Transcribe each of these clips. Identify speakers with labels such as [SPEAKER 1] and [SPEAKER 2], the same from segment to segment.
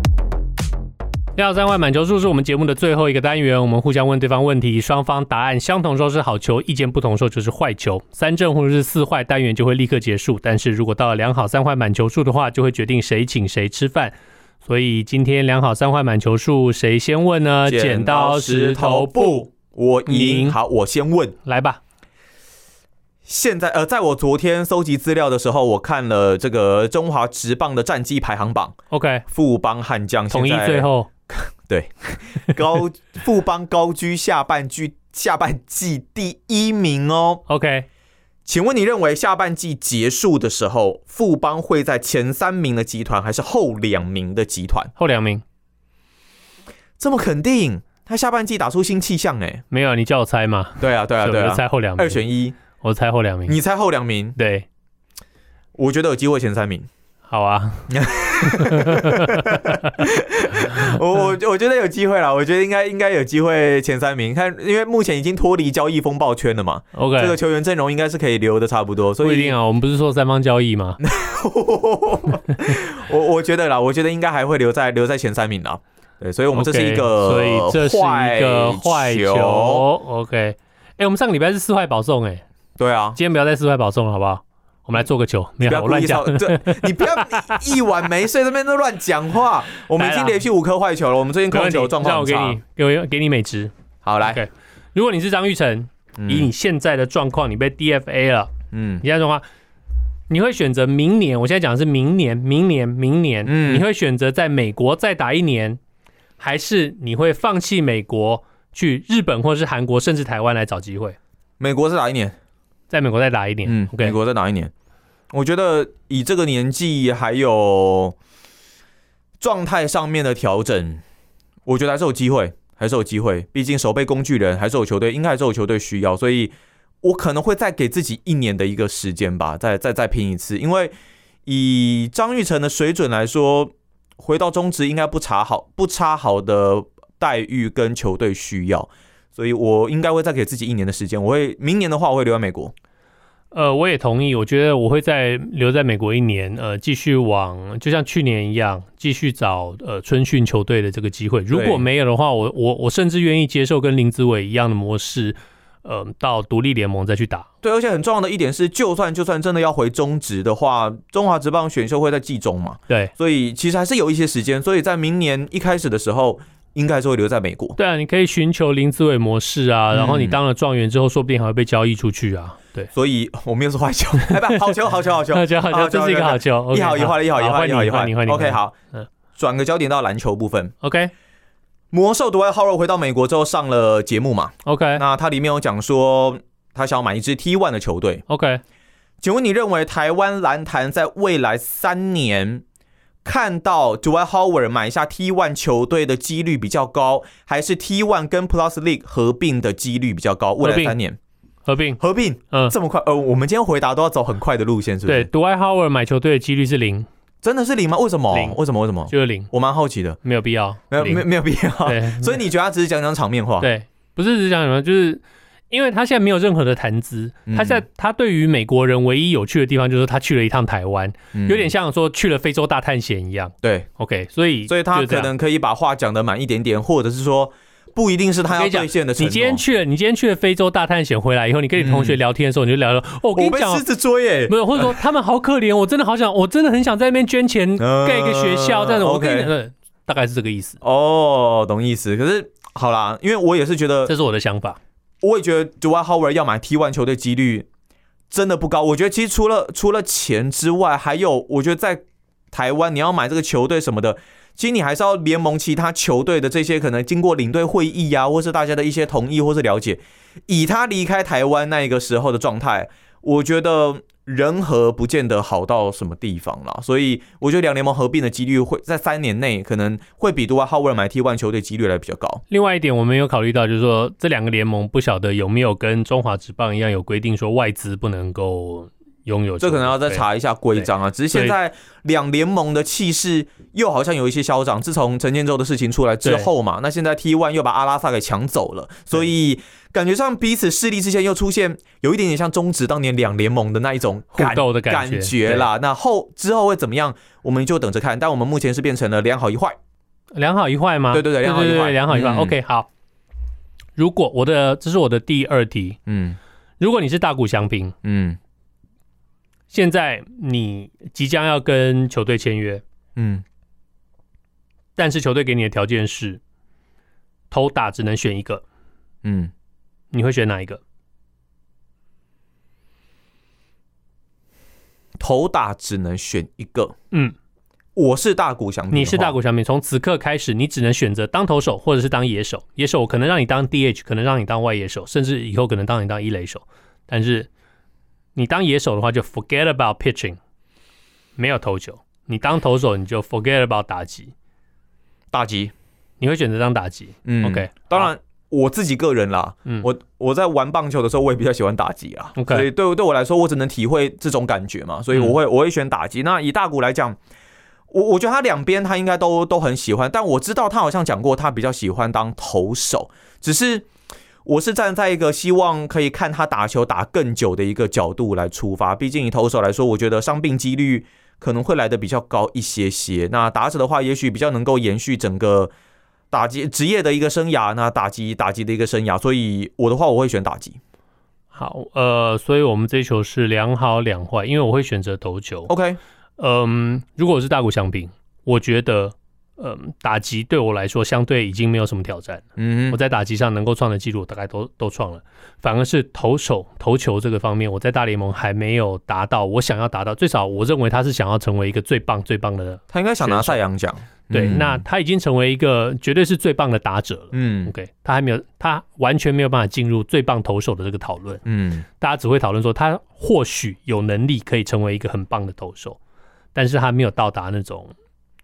[SPEAKER 1] 《廖三万满球数》是我们节目的最后一个单元，我们互相问对方问题，双方答案相同时候是好球，意见不同时候就是坏球。三正或者是四坏单元就会立刻结束，但是如果到了两好三坏满球数的话，就会决定谁请谁吃饭。所以今天两好三坏满球数，谁先问呢？剪刀石头布，，嗯
[SPEAKER 2] 我赢。
[SPEAKER 1] 赢
[SPEAKER 2] 好，我先问。
[SPEAKER 1] 来吧。
[SPEAKER 2] 现在呃，在我昨天搜集资料的时候，我看了这个中华职棒的战绩排行榜，
[SPEAKER 1] OK，
[SPEAKER 2] 富邦悍将
[SPEAKER 1] 统一
[SPEAKER 2] 现在
[SPEAKER 1] 最后
[SPEAKER 2] 高富邦高居下半居下半季第一名哦。
[SPEAKER 1] OK，
[SPEAKER 2] 请问你认为下半季结束的时候，富邦会在前三名的集团，还是后两名的集团？
[SPEAKER 1] 后两名
[SPEAKER 2] 这么肯定？他下半季打出新气象哎！
[SPEAKER 1] 没有，你叫我猜嘛？
[SPEAKER 2] 对啊，对啊，
[SPEAKER 1] 所以
[SPEAKER 2] 对
[SPEAKER 1] 我就
[SPEAKER 2] 啊，
[SPEAKER 1] 猜后两名。
[SPEAKER 2] 二选一，
[SPEAKER 1] 我猜后两名。
[SPEAKER 2] 你猜后两名？
[SPEAKER 1] 对，
[SPEAKER 2] 我觉得有机会前三名。
[SPEAKER 1] 好啊。
[SPEAKER 2] 我我我觉得有机会啦，我觉得应该应该有机会前三名。看，因为目前已经脱离交易风暴圈了嘛，
[SPEAKER 1] OK，
[SPEAKER 2] 这个球员阵容应该是可以留的差不多，所以
[SPEAKER 1] 不一定啊。我们不是说三方交易吗？
[SPEAKER 2] 我我觉得啦，我觉得应该还会留在留在前三名啦。对，所以我们这是一个
[SPEAKER 1] OK，所以这是一个坏球。
[SPEAKER 2] 球。
[SPEAKER 1] OK，哎、我们上个礼拜是四坏保送、哎，
[SPEAKER 2] 对啊，
[SPEAKER 1] 今天不要再四坏保送了，好不好？我们来做个球，没
[SPEAKER 2] 不
[SPEAKER 1] 有
[SPEAKER 2] 要
[SPEAKER 1] 我
[SPEAKER 2] 故
[SPEAKER 1] 乱
[SPEAKER 2] 意
[SPEAKER 1] 讲
[SPEAKER 2] 吵。。对，你不要你一晚没睡这边都乱讲话。我们已经连续五颗坏球了，我们最近
[SPEAKER 1] 没
[SPEAKER 2] 控
[SPEAKER 1] 问题
[SPEAKER 2] 球状
[SPEAKER 1] 让
[SPEAKER 2] 况
[SPEAKER 1] 我
[SPEAKER 2] 很
[SPEAKER 1] 给
[SPEAKER 2] 差
[SPEAKER 1] 你。给我给你美职。
[SPEAKER 2] 好来
[SPEAKER 1] OK，如果你是张玉成，以你
[SPEAKER 2] 嗯
[SPEAKER 1] 现在的状况，你被 DFA 了，
[SPEAKER 2] 嗯
[SPEAKER 1] 你现在的话，你会选择明年？我现在讲的是明年，明年，明年，
[SPEAKER 2] 嗯
[SPEAKER 1] 你会选择在美国再打一年，还是你会放弃美国，去日本或是韩国，甚至台湾来找机会？
[SPEAKER 2] 美国是哪一年？
[SPEAKER 1] 在美国再打一年，
[SPEAKER 2] 嗯
[SPEAKER 1] o
[SPEAKER 2] 美
[SPEAKER 1] k
[SPEAKER 2] 国在哪一年？我觉得以这个年纪还有状态上面的调整，我觉得还是有机会，还是有机会。毕竟守备工具人还是有球队，应该还是有球队需要，所以我可能会再给自己一年的一个时间吧，再再再拼一次。因为以张玉成的水准来说，回到中职应该不差好，不差好的待遇跟球队需要。所以我应该会再给自己一年的时间，我会明年的话我会留在美国。
[SPEAKER 1] 呃，我也同意，我觉得我会在留在美国一年，呃，继续往就像去年一样，继续找呃春训球队的这个机会。如果没有的话，我我我甚至愿意接受跟林子伟一样的模式，呃，到独立联盟再去打。
[SPEAKER 2] 对，而且很重要的一点是，就算就算真的要回中职的话，中华职棒选秀会在季中嘛，
[SPEAKER 1] 对
[SPEAKER 2] 所以其实还是有一些时间，所以在明年一开始的时候，应该还是会留在美国。
[SPEAKER 1] 对啊，你可以寻求林子伟模式啊，然后你
[SPEAKER 2] 嗯
[SPEAKER 1] 当了状元之后，说不定还会被交易出去啊。对，
[SPEAKER 2] 所以我们又是坏球，哎，不，好球，好球，好 球，
[SPEAKER 1] 好球，好球，这是一个好球，
[SPEAKER 2] 一好一坏，一好一坏，一好一
[SPEAKER 1] 换
[SPEAKER 2] 坏
[SPEAKER 1] 你换你
[SPEAKER 2] ，OK，好
[SPEAKER 1] 嗯，
[SPEAKER 2] 转个焦点到篮球部分。
[SPEAKER 1] ，OK
[SPEAKER 2] 魔兽独爱浩若回到美国之后上了节目嘛，
[SPEAKER 1] OK
[SPEAKER 2] 那它里面有讲说他想要买一支 T1 的球队，
[SPEAKER 1] OK，
[SPEAKER 2] 请问你认为台湾篮坛在未来三年看到 Dwight Howard 买下 T1 球队的几率比较高，还是 T1 跟 Plus League 合并的几率比较高？未来三年
[SPEAKER 1] 合并，
[SPEAKER 2] 合并
[SPEAKER 1] 嗯，
[SPEAKER 2] 这么快？呃，我们今天回答都要走很快的路线，是不
[SPEAKER 1] 对
[SPEAKER 2] 是？，
[SPEAKER 1] d w i g h Howard 买球队的几率是零，
[SPEAKER 2] 真的是零吗？为什么
[SPEAKER 1] 零？
[SPEAKER 2] 为什么？为什么？
[SPEAKER 1] 就是零，
[SPEAKER 2] 我蛮好奇的，
[SPEAKER 1] 没有必要，
[SPEAKER 2] 没有
[SPEAKER 1] 零
[SPEAKER 2] 没有没有必要。
[SPEAKER 1] 对， 嗯
[SPEAKER 2] 所以你觉得他只是讲讲场面话？
[SPEAKER 1] 对，不是只讲什么，就是因为他现在没有任何的谈资，
[SPEAKER 2] 嗯
[SPEAKER 1] 他在他对于美国人唯一有趣的地方就是他去了一趟台湾，
[SPEAKER 2] 嗯，
[SPEAKER 1] 有点像说去了非洲大探险一样。
[SPEAKER 2] 对，
[SPEAKER 1] OK，所以
[SPEAKER 2] 所以他
[SPEAKER 1] 就这
[SPEAKER 2] 可
[SPEAKER 1] 样
[SPEAKER 2] 能可以把话讲得满一点点，或者是说不一定是他
[SPEAKER 1] 我跟
[SPEAKER 2] 要
[SPEAKER 1] 你讲
[SPEAKER 2] 兑现的承
[SPEAKER 1] 你
[SPEAKER 2] 诺。
[SPEAKER 1] 今天去了，你今天去了非洲大探险回来以后，你跟你同学聊天的时候，你就聊聊，哦，我跟
[SPEAKER 2] 嗯
[SPEAKER 1] 你
[SPEAKER 2] 我被
[SPEAKER 1] 讲
[SPEAKER 2] 狮。子追欸耶、
[SPEAKER 1] 没有，或者说他们好可怜，我真的好想，我真的很想在那边捐钱
[SPEAKER 2] 嗯
[SPEAKER 1] 盖一个学校，但是我跟你
[SPEAKER 2] OK
[SPEAKER 1] 呃大概是这个意思，
[SPEAKER 2] 哦，懂意思。可是好啦，因为我也是觉得，
[SPEAKER 1] 这是我的想法。
[SPEAKER 2] 我也觉得 Dwight Howard 要买 T1 球队几率真的不高。我觉得其实除了除了钱之外，还有我觉得在台湾你要买这个球队什么的，其实你还是要联盟其他球队的这些可能经过领队会议啊，或是大家的一些同意或是了解。以他离开台湾那一个时候的状态，我觉得人和不见得好到什么地方啦，所以我觉得两联盟合并的几率会在三年内可能会比杜巴浩威尔买 T1 球队几率来比较高。
[SPEAKER 1] 另外一点，我们有考虑到，就是说这两个联盟不晓得有没有跟中华职棒一样有规定说外资不能够拥有球队，
[SPEAKER 2] 这可能要再查一下规章啊。只是现在两联盟的气势又好像有一些消长，自从陈建州的事情出来之后嘛，那现在 T1 又把阿拉萨给抢走了，所以感觉上彼此势力之间又出现有一点点像中职当年两联盟的那一种
[SPEAKER 1] 互斗的感
[SPEAKER 2] 感
[SPEAKER 1] 觉
[SPEAKER 2] 觉啦。那后之后会怎么样，我们就等着看。但我们目前是变成了两好一坏。
[SPEAKER 1] 对两好一坏吗？
[SPEAKER 2] 对对
[SPEAKER 1] 对
[SPEAKER 2] 对两好一坏
[SPEAKER 1] 对对两好一坏。
[SPEAKER 2] 嗯
[SPEAKER 1] OK，好。如果我的这是我的第二题，
[SPEAKER 2] 嗯
[SPEAKER 1] 如果你是大谷翔平，
[SPEAKER 2] 嗯
[SPEAKER 1] 现在你即将要跟球队签约，
[SPEAKER 2] 嗯，
[SPEAKER 1] 但是球队给你的条件是投打只能选一个，
[SPEAKER 2] 嗯，
[SPEAKER 1] 你会选哪一个？
[SPEAKER 2] 头打只能选一个。
[SPEAKER 1] 嗯，
[SPEAKER 2] 我是大谷翔平的话，
[SPEAKER 1] 你是大谷翔平，从此刻开始，你只能选择当投手或者是当野手。野手我可能让你当 DH，可能让你当外野手，甚至以后可能当你当一垒手。但是你当野手的话，就 forget about pitching，没有投球；你当投手，你就 forget about 打击。
[SPEAKER 2] 大吉。
[SPEAKER 1] 你会选择当打击、
[SPEAKER 2] 嗯
[SPEAKER 1] o k
[SPEAKER 2] 当然我自己个人啦，
[SPEAKER 1] 嗯
[SPEAKER 2] 我我在玩棒球的时候，我也比较喜欢打击啦。
[SPEAKER 1] OK 嗯
[SPEAKER 2] 所以对对我来说，我只能体会这种感觉嘛，所以我会、我会选打击。那以大谷来讲。我我觉得他两边他应该都都很喜欢，但我知道他好像讲过他比较喜欢当投手，只是我是站在一个希望可以看他打球打更久的一个角度来出发。毕竟以投手来说，我觉得伤病几率可能会来的比较高一些些。那打者的话，也许比较能够延续整个打击职业的一个生涯，那打击打击的一个生涯。所以我的话，我会选打击。
[SPEAKER 1] 好，呃，所以我们这一球是两好两坏，因为我会选择投球。
[SPEAKER 2] OK，
[SPEAKER 1] 嗯，如果我是大谷翔平，我觉得，嗯，打击对我来说相对已经没有什么挑战。
[SPEAKER 2] 嗯
[SPEAKER 1] 我
[SPEAKER 2] 哼，
[SPEAKER 1] 在打击上能够创的记录，大概都都创了。反而是投手投球这个方面，我在大联盟还没有达到我想要达到，最少我认为他是想要成为一个最棒最棒的。
[SPEAKER 2] 他应该想拿赛扬奖。
[SPEAKER 1] 对，
[SPEAKER 2] 嗯
[SPEAKER 1] 那他已经成为一个绝对是最棒的打者了。
[SPEAKER 2] 嗯
[SPEAKER 1] OK，他还没有，他完全没有办法进入最棒投手的这个讨论。
[SPEAKER 2] 嗯
[SPEAKER 1] 大家只会讨论说他或许有能力可以成为一个很棒的投手，但是他没有到达那种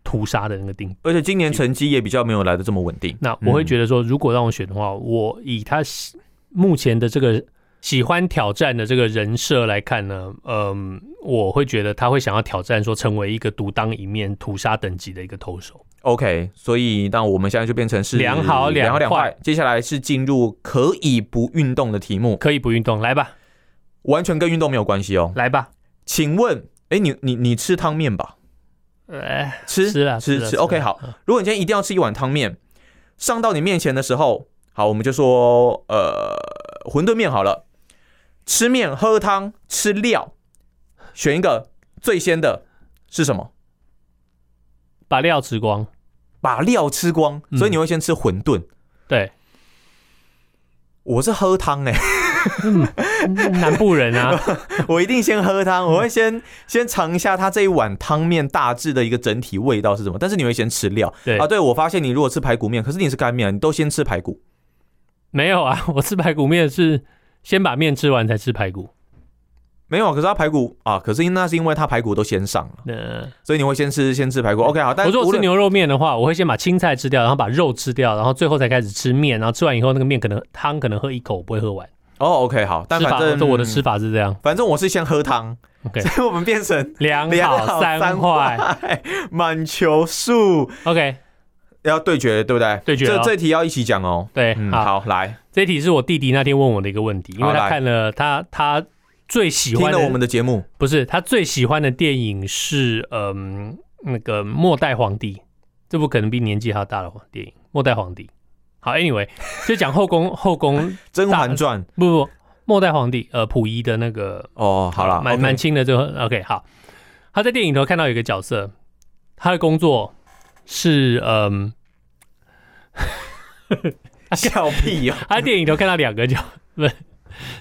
[SPEAKER 1] 屠杀的那个地步。
[SPEAKER 2] 而且今年成绩也比较没有来的这么稳定。
[SPEAKER 1] 那我会
[SPEAKER 2] 嗯
[SPEAKER 1] 觉得说，如果让我选的话，我以他喜目前的这个喜欢挑战的这个人设来看呢，嗯，我会觉得他会想要挑战说成为一个独当一面、屠杀等级的一个投手。
[SPEAKER 2] OK，所以那我们现在就变成是
[SPEAKER 1] 两好两
[SPEAKER 2] 两好两
[SPEAKER 1] 坏
[SPEAKER 2] 坏。接下来是进入可以不运动的题目，
[SPEAKER 1] 可以不运动，来吧，
[SPEAKER 2] 完全跟运动没有关系哦。
[SPEAKER 1] 来吧，
[SPEAKER 2] 请问，哎，你你你吃汤面吧？
[SPEAKER 1] 呃，
[SPEAKER 2] 吃
[SPEAKER 1] 吃了
[SPEAKER 2] 吃
[SPEAKER 1] 了
[SPEAKER 2] 吃。OK，
[SPEAKER 1] 了
[SPEAKER 2] 好
[SPEAKER 1] 嗯。
[SPEAKER 2] 如果你今天一定要吃一碗汤面，上到你面前的时候，好，我们就说呃馄饨面好了。吃面、喝汤、吃料，选一个最先的是什么？
[SPEAKER 1] 把料吃光，
[SPEAKER 2] 把料吃光，
[SPEAKER 1] 嗯
[SPEAKER 2] 所以你会先吃馄饨。
[SPEAKER 1] 对，
[SPEAKER 2] 我是喝汤哎、
[SPEAKER 1] 南部人啊，
[SPEAKER 2] 我一定先喝汤，我会先先尝一下它这一碗汤面大致的一个整体味道是什么。但是你会先吃料
[SPEAKER 1] 对
[SPEAKER 2] 啊？对，我发现你如果吃排骨面，可是你是干面啊，你都先吃排骨。
[SPEAKER 1] 没有啊，我吃排骨面是先把面吃完才吃排骨。
[SPEAKER 2] 没有，可是它排骨啊，可是那是因为它排骨都先上了，
[SPEAKER 1] 呃，
[SPEAKER 2] 所以你会先吃先吃排骨。OK，好，
[SPEAKER 1] 嗯
[SPEAKER 2] 但
[SPEAKER 1] 我如
[SPEAKER 2] 无
[SPEAKER 1] 果吃
[SPEAKER 2] 论
[SPEAKER 1] 牛肉面的话，我会先把青菜吃掉，然后把肉吃掉，然后最后才开始吃面，然后吃完以后那个面可能汤可能喝一口，我不会喝完。
[SPEAKER 2] 哦，OK，好，但
[SPEAKER 1] 吃法
[SPEAKER 2] 反正
[SPEAKER 1] 我的吃，法是这样。
[SPEAKER 2] 反正我是先 喝汤
[SPEAKER 1] OK
[SPEAKER 2] 所以我们变成
[SPEAKER 1] 两
[SPEAKER 2] 两
[SPEAKER 1] 好
[SPEAKER 2] 好
[SPEAKER 1] 三
[SPEAKER 2] 三
[SPEAKER 1] 坏。
[SPEAKER 2] 满球数
[SPEAKER 1] OK，
[SPEAKER 2] 要对决，对不对？
[SPEAKER 1] 对决
[SPEAKER 2] 这
[SPEAKER 1] 哦
[SPEAKER 2] 这题要一起讲哦。
[SPEAKER 1] 对，
[SPEAKER 2] 嗯，
[SPEAKER 1] 好，
[SPEAKER 2] 好，来，
[SPEAKER 1] 这一题是我弟弟那天问我的一个问题，因为
[SPEAKER 2] 好
[SPEAKER 1] 他
[SPEAKER 2] 来
[SPEAKER 1] 看了他他最喜
[SPEAKER 2] 听
[SPEAKER 1] 欢
[SPEAKER 2] 了
[SPEAKER 1] 的
[SPEAKER 2] 我们的节目，
[SPEAKER 1] 不是他最喜欢的电影是嗯那个《末代皇帝》，这部可能比年纪还要大的电影《末代皇帝》。好，Anyway，就讲后宫后宫
[SPEAKER 2] 《甄嬛传》
[SPEAKER 1] 不不，《末代皇帝》呃溥仪的那个
[SPEAKER 2] 哦，好了，
[SPEAKER 1] 蛮
[SPEAKER 2] OK
[SPEAKER 1] 蛮轻的，最后 OK 好。他在电影里头看到有一个角色，他的工作是嗯，
[SPEAKER 2] 笑屁哦，
[SPEAKER 1] 他在电影里头看到两个角，不是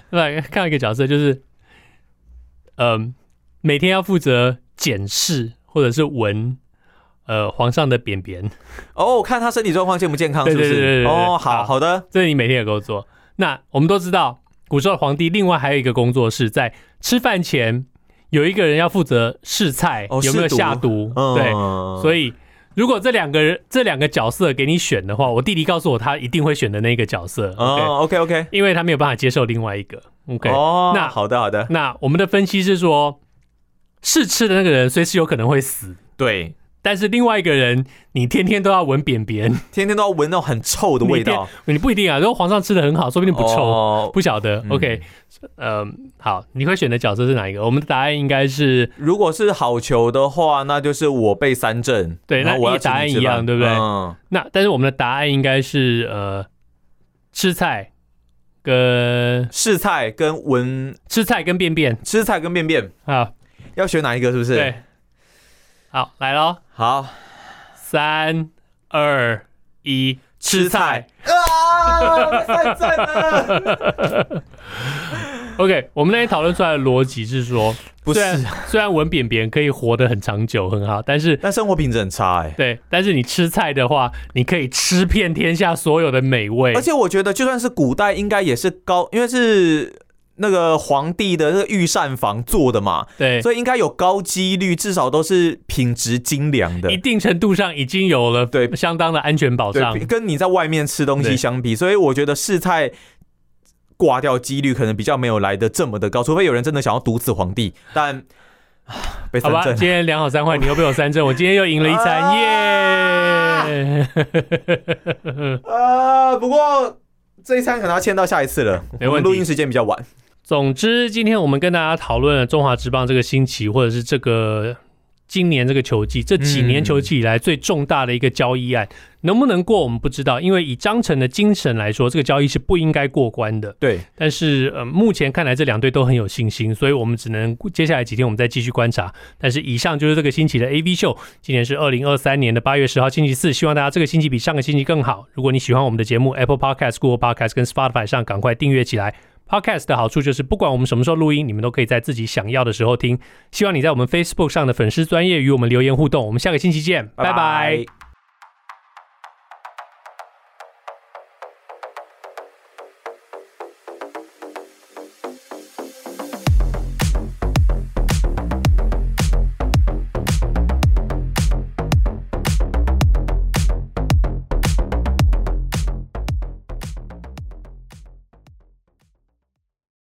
[SPEAKER 1] 不是看到一个角色就是，嗯，每天要负责检视或者是闻呃皇上的便便，
[SPEAKER 2] 哦，看他身体状况健不健康，是不
[SPEAKER 1] 对对对对
[SPEAKER 2] 是？
[SPEAKER 1] 对
[SPEAKER 2] 哦，
[SPEAKER 1] 好
[SPEAKER 2] 好好的，
[SPEAKER 1] 这是你每天的工作。那我们都知道，古时候的皇帝另外还有一个工作是在吃饭前有一个人要负责试菜、
[SPEAKER 2] 哦
[SPEAKER 1] 有没有
[SPEAKER 2] 试毒
[SPEAKER 1] 下毒，
[SPEAKER 2] 嗯，
[SPEAKER 1] 对，所以如果这两个人这两个角色给你选的话，我弟弟告诉我他一定会选的那个角色、o k
[SPEAKER 2] 哦，OK OK，
[SPEAKER 1] 因为他没有办法接受另外一个。OK，、
[SPEAKER 2] 哦，
[SPEAKER 1] 那
[SPEAKER 2] 好的好的，
[SPEAKER 1] 那我们的分析是说，试吃的那个人随时有可能会死，
[SPEAKER 2] 对，
[SPEAKER 1] 但是另外一个人你天天都要闻便便
[SPEAKER 2] 天天都要闻到很臭的味道，
[SPEAKER 1] 你天，你不一定啊。如果皇上吃的很好，说不定不臭，
[SPEAKER 2] 哦
[SPEAKER 1] 不晓得。
[SPEAKER 2] 嗯
[SPEAKER 1] OK，呃，好，你会选的角色是哪一个？我们的答案应该是
[SPEAKER 2] 如果是好球的话，那就是我被三振，
[SPEAKER 1] 对
[SPEAKER 2] 然后
[SPEAKER 1] 那
[SPEAKER 2] 我要
[SPEAKER 1] 你答案
[SPEAKER 2] 请你吃饭
[SPEAKER 1] 一样对不对
[SPEAKER 2] 嗯，
[SPEAKER 1] 那，但是我们的答案应该是呃，吃菜跟
[SPEAKER 2] 试菜跟闻，
[SPEAKER 1] 吃菜跟便便
[SPEAKER 2] 吃菜跟便便，
[SPEAKER 1] 啊，
[SPEAKER 2] 要选哪一个？是不是？，
[SPEAKER 1] 对，好，来喽，
[SPEAKER 2] 好，
[SPEAKER 1] 三二一，
[SPEAKER 2] 吃
[SPEAKER 1] 吃菜
[SPEAKER 2] 菜。啊，被三振了，
[SPEAKER 1] OK，我们那天讨论出来的逻辑是说，
[SPEAKER 2] 不是
[SPEAKER 1] 虽，然虽然闻扁扁可以活得很长久很好，但是
[SPEAKER 2] 但生活品质很差哎、
[SPEAKER 1] 对，但是你吃菜的话，你可以吃遍天下所有的美味
[SPEAKER 2] 而。且我觉得，就算是古代，应该也是高，因为是那个皇帝的那个御膳房做的嘛，
[SPEAKER 1] 对，
[SPEAKER 2] 所以应该有高几率，至少都是品质精良的
[SPEAKER 1] 一。定程度上已经有了
[SPEAKER 2] 对
[SPEAKER 1] 相当的安全保障
[SPEAKER 2] 对，。跟你在外面吃东
[SPEAKER 1] 对
[SPEAKER 2] 西相比，所以我觉得试菜挂掉几率可能比较没有来的这么的高，除非有人真的想要毒死皇帝，但啊被
[SPEAKER 1] 好
[SPEAKER 2] 三
[SPEAKER 1] 吧，
[SPEAKER 2] 振。
[SPEAKER 1] 今天两好三坏，你又被我三 振，我今天又赢了一餐，
[SPEAKER 2] 啊
[SPEAKER 1] 耶！
[SPEAKER 2] 呃，不过这一餐可能要签到下一次了，
[SPEAKER 1] 没
[SPEAKER 2] 我
[SPEAKER 1] 问
[SPEAKER 2] 们
[SPEAKER 1] 题
[SPEAKER 2] 录音时间比较晚。
[SPEAKER 1] 总之，今天我们跟大家讨论了中华职棒这个星期，或者是这个今年这个球季，这几年球季以来最重大的一个交易案，能不能过我们不知道，因为以张诚的精神来说，这个交易是不应该过关的。
[SPEAKER 2] 对，
[SPEAKER 1] 但是呃，目前看来这两队都很有信心，所以我们只能接下来几天我们再继续观察。但是以上就是这个星期的 AV 秀，今天是二零二三年的八月十号星期四，希望大家这个星期比上个星期更好。如果你喜欢我们的节目，Apple Podcast、Google Podcast 跟 Spotify 上赶快订阅起来。Podcast 的好处就是，不管我们什么时候录音，你们都可以在自己想要的时候听。希望你在我们 Facebook 上的粉丝专业与我们留言互动。我们下个星期见，拜拜